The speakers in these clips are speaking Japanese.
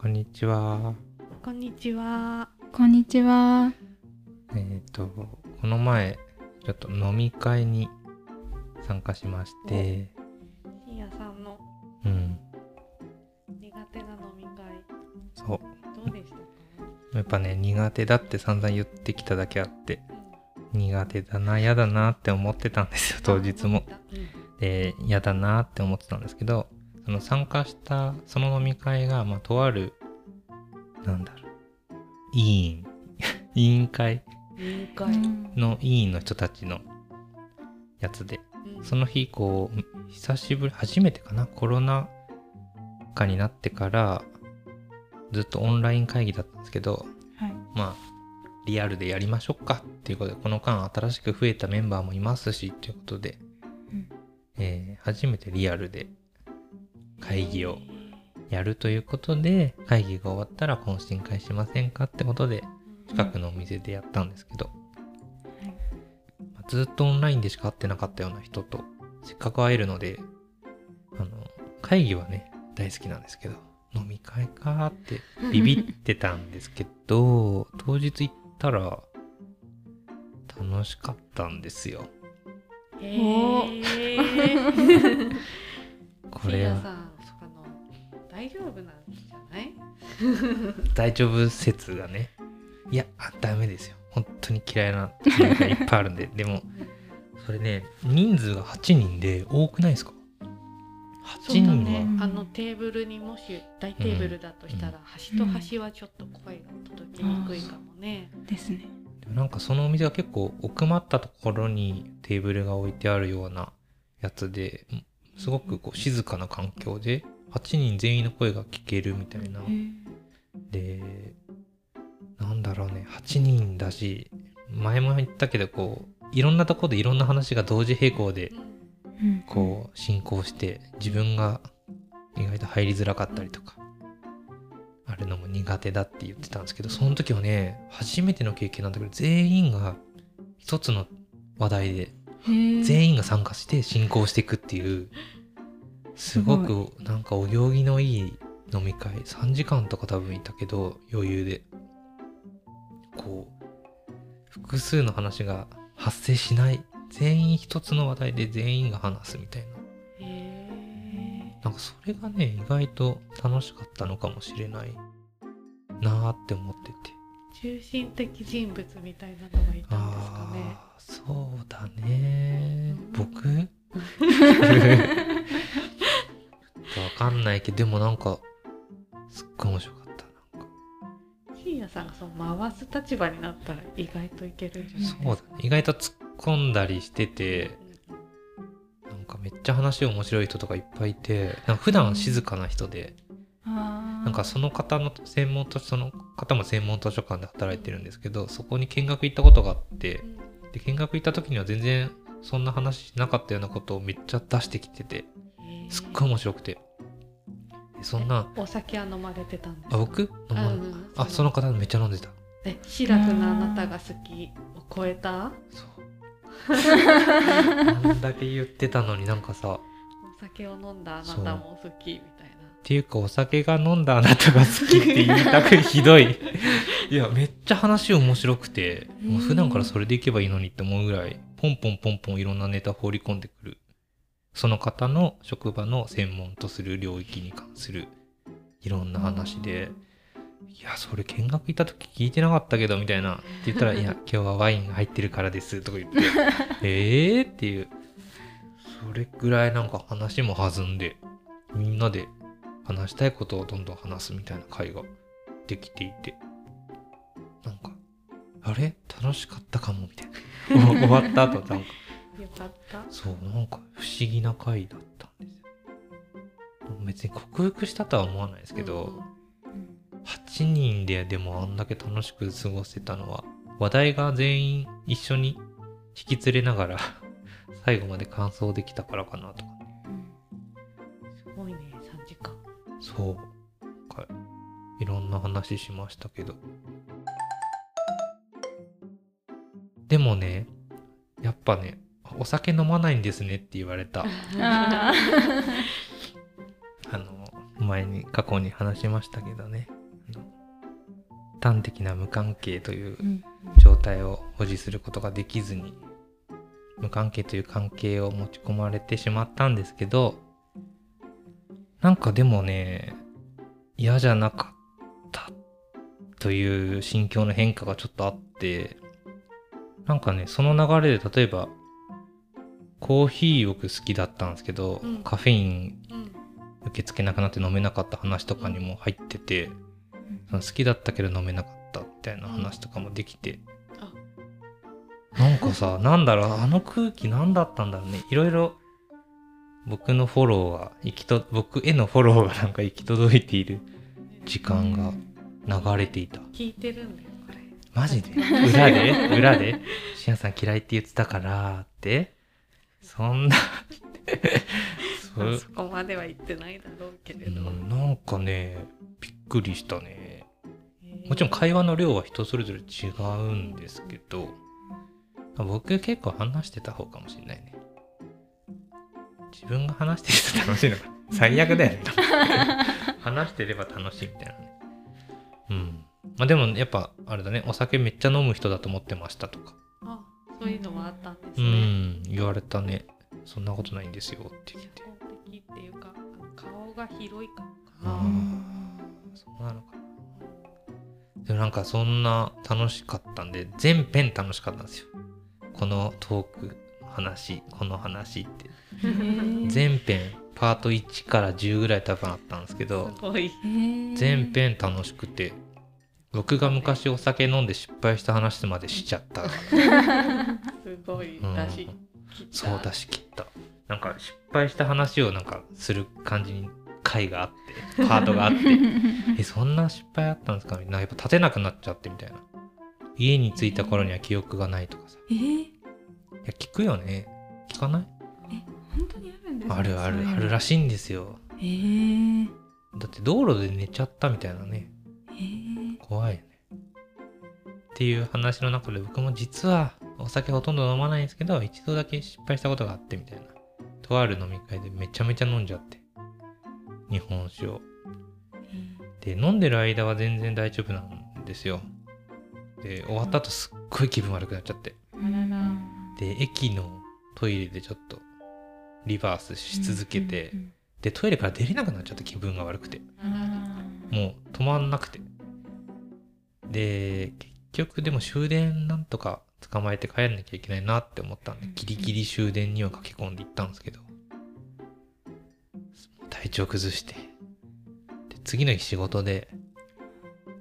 こんにちは。こんにちは。こんにちは。えっ、と、この前、ちょっと飲み会に参加しまして、深夜さんのうん、苦手な飲み会そう。どうでしたか？やっぱね、苦手だって散々言ってきただけあって、苦手だな、嫌だなって思ってたんですよ、当日も。。で、嫌だなって思ってたんですけど、その参加したその飲み会が、まあ、とある、なんだろう、委員、 委員会委員う会。んの委員の人たちのやつで、そのの日こう久しぶり初めてかなコロナ禍になってからずっとオンライン会議だったんですけどはい。まあリアルでやりましょうかっていうことでこの間新しく増えたメンバーもいますしっていうことで、うんえー初めてリアルで会議をやるということで会議が終わったら懇親会しませんかってことで近くのお店でやったんですけど、いまあずっとオンラインでしか会ってなかったような人とせっかく会えるのであの会議はね大好きなんですけど飲み会かーってビビってたんですけど当日行ったら楽しかったんですよへー。 こ深れ夜はさんあの大丈夫なんじゃない？大丈夫説がねいやあダメですよ本当に嫌いな飲み会いっぱいあるんででもそれね人数が8人で多くないですか8そうだ人は、ねう。んあのテーブルにもし大テーブルだとしたら端と端はちょっと声が届きにくいかもね。ですね。でもなんかそのお店は結構奥まったところにテーブルが置いてあるようなやつですごくこう静かな環境で8人全員の声が聞けるみたいなうでなんだろうね8人だし前も言ったけどこういろんなところでいろんな話が同時並行でうんうんこう進行して自分が意外と入りづらかったりとかあるのも苦手だって言ってたんですけどその時はね初めての経験なんだけど全員が一つの話題でへ全員が参加して進行していくっていうすごすくなんかお行儀のいい飲み会3時間とか多分いたけど余裕でこう複数の話が発生しない全員一つの話題で全員が話すみたいなへなんかそれがね意外と楽しかったのかもしれないなーって思っててー中心的人物みたいなのがいたんですかね。ああそうだねうん僕ちょっとわかんないけどでもなんかすっごい面白かったなんか深夜さんがその回す立場になったら意外といけるんじゃないですかそうだね意外と突っ込んだりしててなんかめっちゃ話面白い人とかいっぱいいてなんか普段は静かな人でななんかその方の専門図その方も専門図書館で働いてるんですけどそこに見学行ったことがあってうんで見学行った時には全然そんな話しなかったようなことをめっちゃ出してきててへーすっごい面白くてでそんなお酒は飲まれてたんですかあ僕飲まあなうんあその方めっちゃ飲んでたえシラフなあなたが好きを超えたそう あんだけ言ってたのになんかさっお酒を飲んだあなたも好きみたいなていうかお酒が飲んだあなたが好きって言いたくひど いいやめっちゃ話面白くてもう普段からそれでいけばいいのにって思うぐらいポンポンポンポンいろんなネタ放り込んでくるその方の職場の専門とする領域に関するいろんな話でいや、それ見学行った時聞いてなかったけど、みたいな。って言ったら、いや、今日はワインが入ってるからです、とか言って。えーっていう。それぐらいなんか話も弾んで、みんなで話したいことをどんどん話すみたいな会ができていて。なんか、あれ楽しかったかも、みたいな。終わった後、なんか、よかったそう、なんか不思議な会だったんですよ。別に克服したとは思わないですけど、8人ででもあんだけ楽しく過ごせたのは話題が全員一緒に引き連れながら最後まで完走できたからかなとかすごいね3時間そうなんかいろんな話しましたけどでもねやっぱねお酒飲まないんですねって言われたあーあの前前に過去に話しましたけどねあの端的な無関係といううん状態を保持することができずに無関係という関係を持ち込まれてしまったんですけどなんかでもね嫌じゃなかったという心境の変化がちょっとあってなんかねその流れで例えばコーヒー僕好きだったんですけど、うんカフェインうん受け付けなくなって飲めなかった話とかにも入っててその好きだったけど飲めなかったみたいな話とかもできて、あなんかさ なんだろうあの空気何だったんだろうねいろいろ僕のフォローが行きと僕へのフォローがなんか行き届いている時間が流れていた聞いてるんだよこれマジで裏で裏でしやさん嫌いって言ってたからってそんな そまあうそこまでは言ってないだろうけれうど、んなんかねびっくりしたねえーもちろん会話の量は人それぞれ違うんですけど、僕結構話してた方かもしれないね。自分が話してると楽しいの かな。最悪だよね。話してれば楽しいみたいなね。うん。まあでもやっぱあれだね、お酒めっちゃ飲む人だと思ってましたとか。あそういうのはあったんですうねん、言われたね。そんなことないんですよって社言って。交的っていうか顔が広いからうかんなそうなのかな。でもなんかそんな楽しかったんで、全編楽しかったんですよ。このトーク、話、この話って。全編、パート1から10ぐらい多分あったんですけどす、ごい全編楽しくて、僕が昔お酒飲んで失敗した話までしちゃったから。すごいうん出し切ったそう出し切った。なんか失敗した話をなんかする感じに回があって、パートがあって。えそんな失敗あったんですかみたいなやっぱ立てなくなっちゃってみたいな家に着いた頃には記憶がないとかさえー、いや聞くよね聞かない本当にあるんですかあるあるあるらしいしいんですようの。えー、だって道路で寝ちゃったみたいなねえー、怖いよねっていう話の中で僕も実はお酒ほとんど飲まないんですけど一度だけ失敗したことがあってみたいなとある飲み会でめちゃめちゃ飲んじゃって日本酒をで飲んでる間は全然大丈夫なんですよで終わった後すっごい気分悪くなっちゃってあららで駅のトイレでちょっとリバースし続けて、うんでトイレから出れなくなっちゃって気分が悪くてうんうんあららもう止まんなくてで結局でも終電なんとか捕まえて帰んなきゃいけないなって思ったんでうんギリギリ終電には駆け込んでいったんですけど体調崩してで次の日仕事で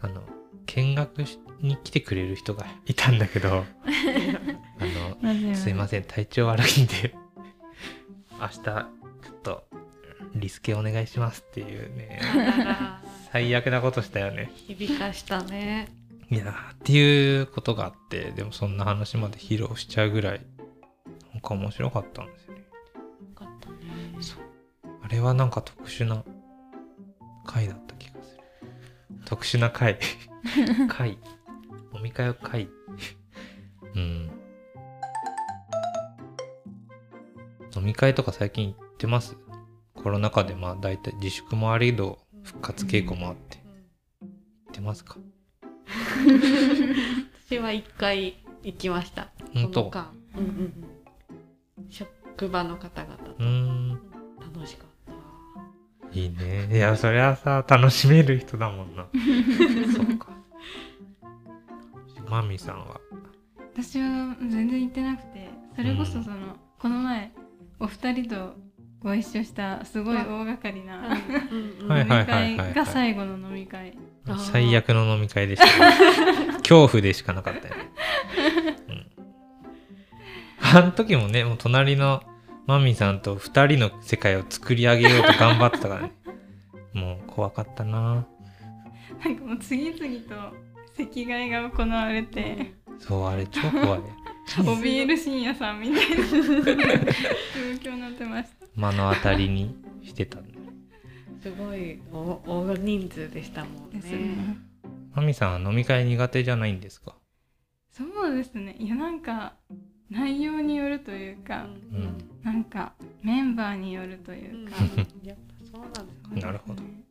あの見学しに来てくれる人がいたんだけどあのなぜすいませせん、体調悪いんで、 明日、ちょっと、リスケお願いしますっていうね、あら最悪なことしたよね。響かしたねいやー、っていうことがあって、でもそんな話まで披露しちゃうぐらい、なんか面白かったんですよね。よかったねそう。あれはなんか特殊な回だった気がする。特殊な回。回。飲み会を回。うん。飲み会とか最近行ってますコロナ禍でまあ大体自粛もあれど復活傾向もあってうん行ってますか私は一回行きました本その当間うんうんうん職場の方々うーんと楽しかったいいねいやそりゃさ楽しめる人だもんなそっかマミさんは私は全然行ってなくてそれこそその、この前お二人とご一緒したすごい大掛かりなうんうんはい飲みはい会が最後の飲み会、あー最悪の飲み会でした、 ね、恐怖でしかなかったよね、うん、あの時もねもう隣のマミさんと2人の世界を作り上げようと頑張ってたからねもう怖かったななんかもう次々と席替えが行われて、そうあれ超怖い怯える深夜さんみたいな状況になってました目の当たりにしてたんだすごいお大人数でしたもんですねねマミさんは飲み会苦手じゃないんですかそうですねいやなんか内容によるといううか、うんんなんかメンバーによるといううんか、やっぱそうなんだなるほどね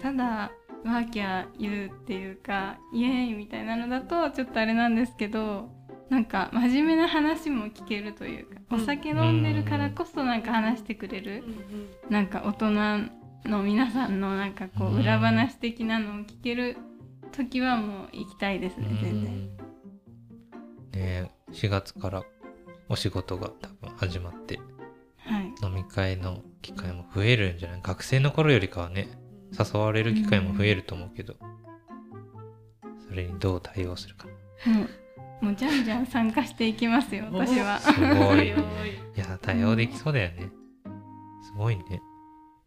ただワーキャー言うっていうかイエーイみたいなのだとちょっとあれなんですけどなんか真面目な話も聞けるというかうおん酒飲んでるからこそなんか話してくれるなんか大人の皆さんのなんかこううん裏話的なのを聞ける時はもう行きたいですね全然。うんねえ4月からお仕事が多分始まってはい飲み会の機会も増えるんじゃない学生の頃よりかはね誘われる機会も増えると思うけど、それにどう対応するかもうもうじゃんじゃん参加していきますよお私は。すご いねおいいや対応できそうだよねすごいね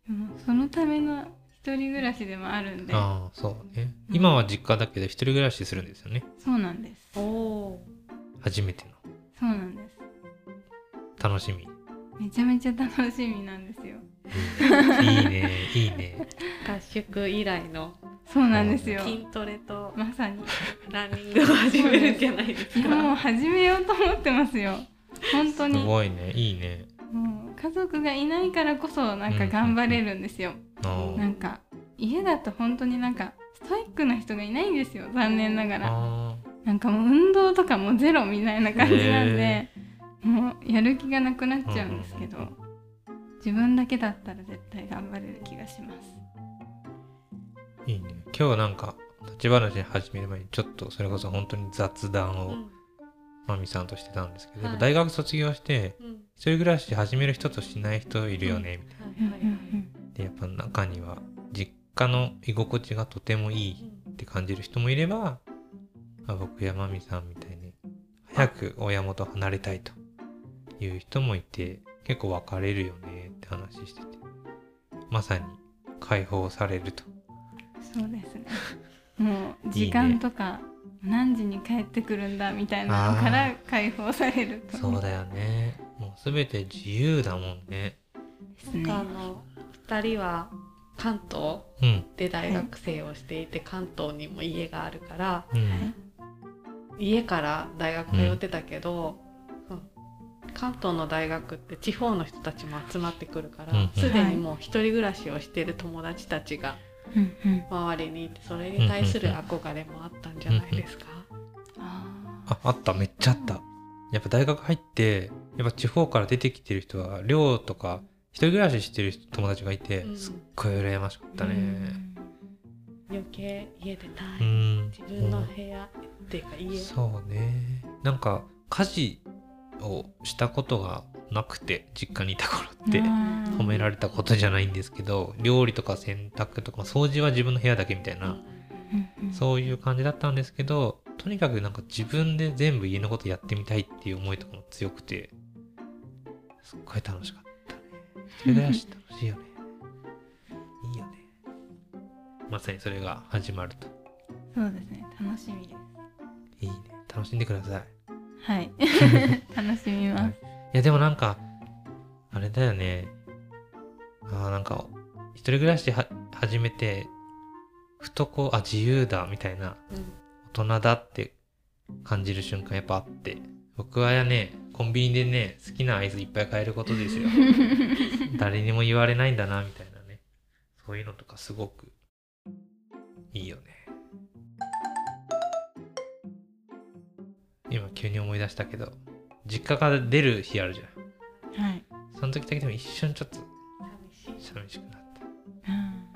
でもそのための一人暮らしでもあるんでああそうねうん今は実家だけど一人暮らしするんですよねそうなんですおお初めてのそうなんです楽しみめちゃめちゃ楽しみなんですよいい ねいいねー合宿以来のそうなんですよ筋トレとまさにランニングを始めるんじゃないですいやもか。う始めようと思ってますよ本当すにもごいねいいねう家族がいないからこそなんか頑張れるんですよあなんか家だと本当になんかストイックな人がいないんですよ残念ながあらあなんかもう運動とかもゼロみたいな感じなんでへもうやる気がなくなっちゃうんですけどうんうん自分だけだったら絶対頑張れる気がしますいいね今日なんか立ち話に始める前にちょっとそれこそ本当に雑談うをんまみさんとしてたんですけど、はい大学卒業してうん一人暮らし始める人としない人いるよね、はいはいはいでやっぱ中には実家の居心地がとてもいいって感じる人もいれば、まあ、僕やまみさんみたいに早く親元離れたいという人もいて結構別れるよねって話しててまさに解放されるとそうですねもう時間とか何時に帰ってくるんだみたいなのから解放されるとそうだよねもう全て自由だもんねですなんねかあの二人は関東うんで大学生をしていて関東にも家があるからうん家から大学通ってたけど、うん関東の大学って地方の人たちも集まってくるかうんうらんすで、にもう一人暮らしをしてる友達たちがうんうん周りにいてそれに対する憧れもあったんじゃないですか、あーああっためっちゃあったやっぱ大学入ってやっぱ地方から出てきてる人は寮とか一人暮らししてる人友達がいて、うんすっごい羨ましかったね余計家出たうい、ん自分の部屋っていうかうん家そうねなんか家事をしたことがなくて実家にいた頃ってあー褒められたことじゃないんですけど料理とか洗濯とか掃除は自分の部屋だけみたいな、うんうんそういう感じだったんですけど、とにかくなんか自分で全部家のことやってみたいっていう思いとかも強くて、すっごい楽しかったね。一人暮らし楽しいよね。いいよね。まさにそれが始まると。そうですね楽しみですいいね。楽しんでください。はい 楽しみますいや、でもなんか、あれだよね。ああ、なんか、一人暮らしは始めて、ふとこう、あ、自由だ、みたいなうん大人だって感じる瞬間やっぱあって僕はやねコンビニでね好きなアイスいっぱい買えることですよ誰にも言われないんだなみたいなねそういうのとかすごくいいよね今急に思い出したけど実家から出る日あるじゃんはいその時だけでも一瞬ちょっと寂しい寂しくなったうん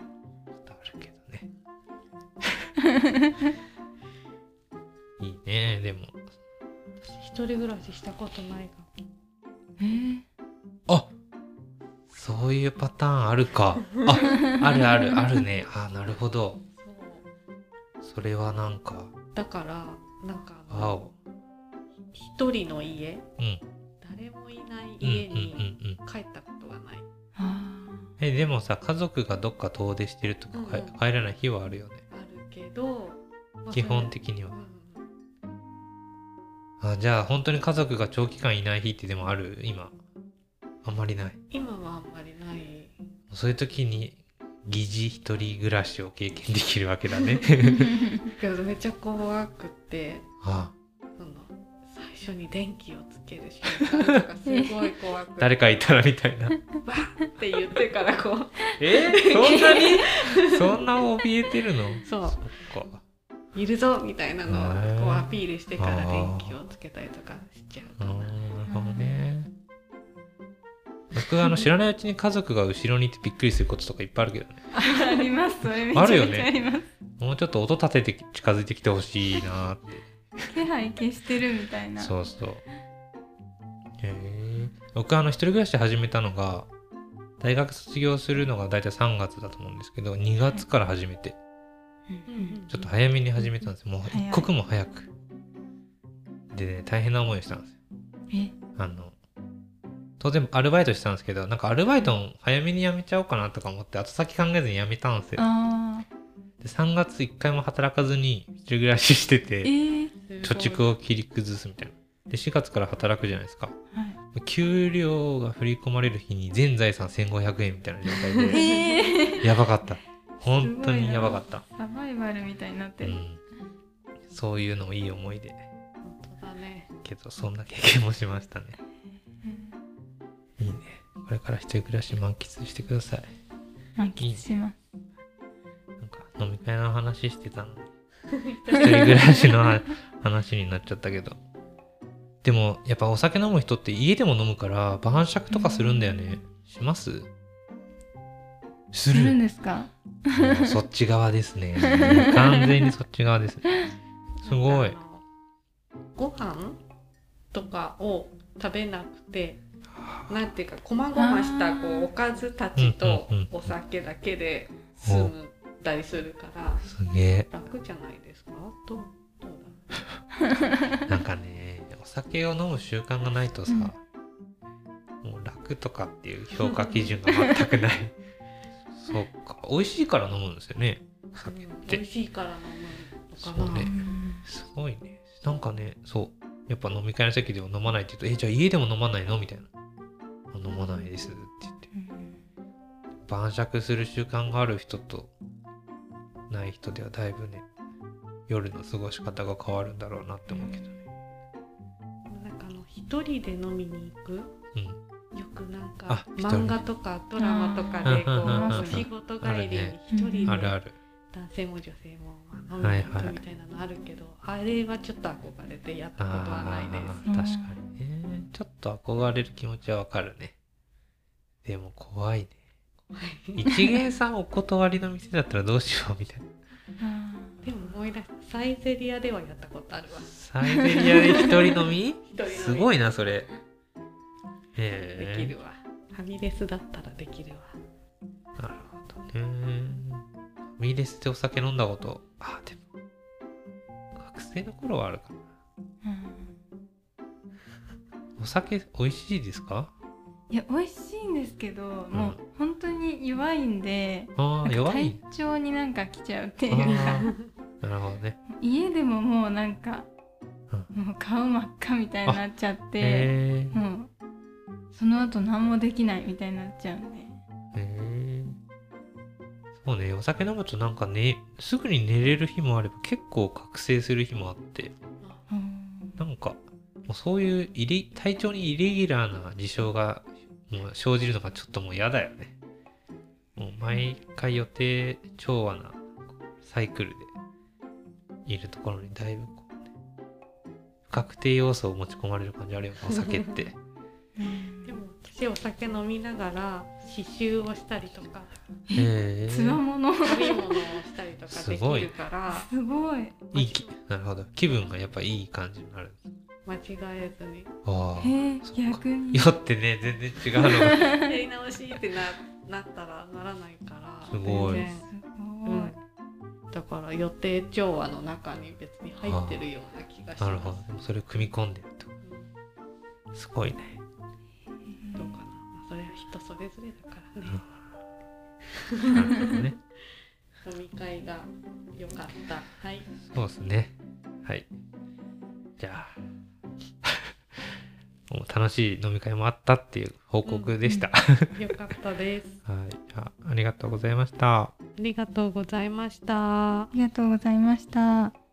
ことあるけどね。いいね、でも。私一人暮らししたことないかもえーあそういうパターンある か。ああるあるあるね。あなるほど。そうそれはなんか、だからなんかあの青。一人の家うん。誰もいないうんうん家にうんうん。帰ったことがない、あえ、でもさ、家族がどっか遠出してるとか、かうんうん帰らない日はあるよね。あるけど、まあ基本的には。あじゃあ、本当に家族が長期間いない日ってでもある今。あんまりない。それ今はあんまりないそういう時に、疑似一人暮らしを経験できるわ けだね。 ーけどめっちゃ怖くってあその最初緒に電気をつける瞬間とかすごい怖くて誰かいたらみたいなバーって言ってからこうえーそんなにそんな怯えてるのそうそっかいるぞみたいなのへーをこうアピールしてから電気をつけたりとかしちゃうあかーな。なるほどね僕はあの知らないうちに家族が後ろにいてびっくりすることとかいっぱいあるけどねありますそれめちゃめちあるよねゃあります、もうちょっと音立てて近づいてきてほしいなって気配消してるみたいなそうそう。へえ。僕はあの一人暮らし始めたのが大学卒業するのが大体3月だと思うんですけど2月から始めてうんちょっと早めに始めたんですよもう早い一刻も早く。でね大変な思いをしたんですよ。えあの当然アルバイトしてたんですけどなんかアルバイトも早めに辞めちゃおうかなとか思って後先考えずに辞めたんですよ。ああで3月1回も働かずに一人暮らししてえてー、貯蓄を切り崩すみたいな。で4月から働くじゃないですか。はい給料が振り込まれる日に全財産1500円みたいな状態 でえー、やばかった本当にやばかった、サバイバルみたいになってうる、ん、そういうのもいい思い出本当だね。けどそんな経験もしましたねういんいねこれから一人暮らし満喫してください満喫しますなんか飲み会の話してたのに一人暮らしの話話になっちゃったけどでもやっぱお酒飲む人って家でも飲むから晩酌とかするんだよねしますすするるんですかもうそっち側ですね。完全にそっち側ですね。すごいなんかあの。ご飯とかを食べなくて、なんていうか、こまごましたこうおかずたちとうんうんうんお酒だけで済むたりするから、すげ楽じゃないですかどうどうえ。なんかね、お酒を飲む習慣がないとさ、うんもう楽とかっていう評価基準が全くない。そっか。美味しいから飲むんですよね。おだ、うん酒っ美て味。しいから飲むのそうかな。ねすごいね。なんかね、そう。やっぱ飲み会の席では飲まないって言うと、え、じゃあ家でも飲まないのみたいな。あ飲まないですって言って。晩酌する習慣がある人とない人ではだいぶね夜の過ごし方が変わるんだろうなって思うけどねなんかあの一人で飲みに行くうんよくなんかあ一人漫画とかドラマとかでこあーうお仕事帰りにうん一人である男ある性も女性もまあ飲みに行くみたいなのあるけどあれはちょっと憧れてやったことはないであす。ーうん確かにねちょっと憧れる気持ちはわかるねでも怖いね一元さんお断りの店だったらどうしようみたいなでも思い出したサイゼリアではやったことあるわ。サイゼリアで一人飲み一人飲みすごいなそれねえできるわ。ファミレスだったらできるわ。なるほどね。ファミレスでお酒飲んだこと、あ、でも、学生の頃はあるかな。お酒美味しいですかいや美味しいんですけど、もうう本当に弱いんでああ、弱い。体調になんか来ちゃうってあいうかーなるほど ね。家でももうなんか、うもう顔真っ赤みたいになっちゃって、へえ。もうその後何もできないみたいになっちゃうんでへーそうね、お酒飲むとなんかね、すぐに寝れる日もあれば、結構覚醒する日もあって、うんなんか、もうそういうイレ体調にイレギュラーな事象がもう生じるのがちょっともう嫌だよね。もう毎回予定調和なサイクルでいるところにだいぶこうね、不確定要素を持ち込まれる感じあるよね、お酒 って。でも私お酒飲みながら刺繍をしたりとかへつわーもの食べ物をしたりとかすでごきいるからすごいいい気なるほど。気分がやっぱいい感じになる。間違えずに。あえあ。ーそっか逆に酔ってね、全然違うのが。 やり直しってななったらならないからすごい全然すごい、うんだから予定調和の中に別に入ってるような気がしますなるほど。でもそれを組み込んでると。すごいね。どうかな、まあ、それは人それぞれだからねなるほどね。飲み会が良かった はいそうですね。はい。じゃあ、 もう楽しい飲み会もあったっていう報告でした。良かったですはい。じゃあありがとうございました。ありがとうございましたありがとうございました。